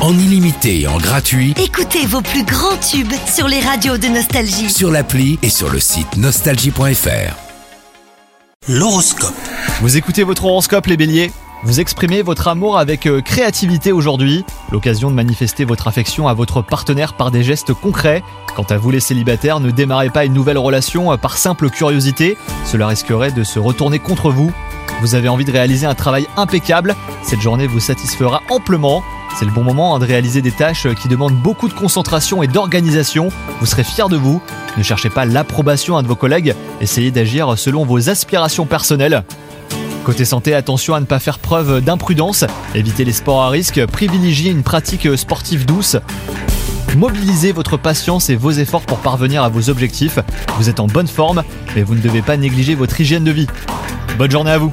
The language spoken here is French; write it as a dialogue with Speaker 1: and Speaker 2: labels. Speaker 1: en illimité et en gratuit
Speaker 2: Écoutez vos plus grands tubes sur les radios de Nostalgie.
Speaker 1: sur l'appli et sur le site nostalgie.fr.
Speaker 3: L'horoscope.
Speaker 4: Vous écoutez votre horoscope les béliers Vous exprimez votre amour avec euh, créativité aujourd'hui, l'occasion de manifester votre affection à votre partenaire par des gestes concrets. Quant à vous les célibataires, ne démarrez pas une nouvelle relation euh, par simple curiosité, cela risquerait de se retourner contre vous. Vous avez envie de réaliser un travail impeccable, cette journée vous satisfera amplement. C'est le bon moment hein, de réaliser des tâches euh, qui demandent beaucoup de concentration et d'organisation, vous serez fier de vous. Ne cherchez pas l'approbation hein, de vos collègues, essayez d'agir euh, selon vos aspirations personnelles. Côté santé, attention à ne pas faire preuve d'imprudence, évitez les sports à risque, privilégiez une pratique sportive douce. Mobilisez votre patience et vos efforts pour parvenir à vos objectifs. Vous êtes en bonne forme, mais vous ne devez pas négliger votre hygiène de vie. Bonne journée à vous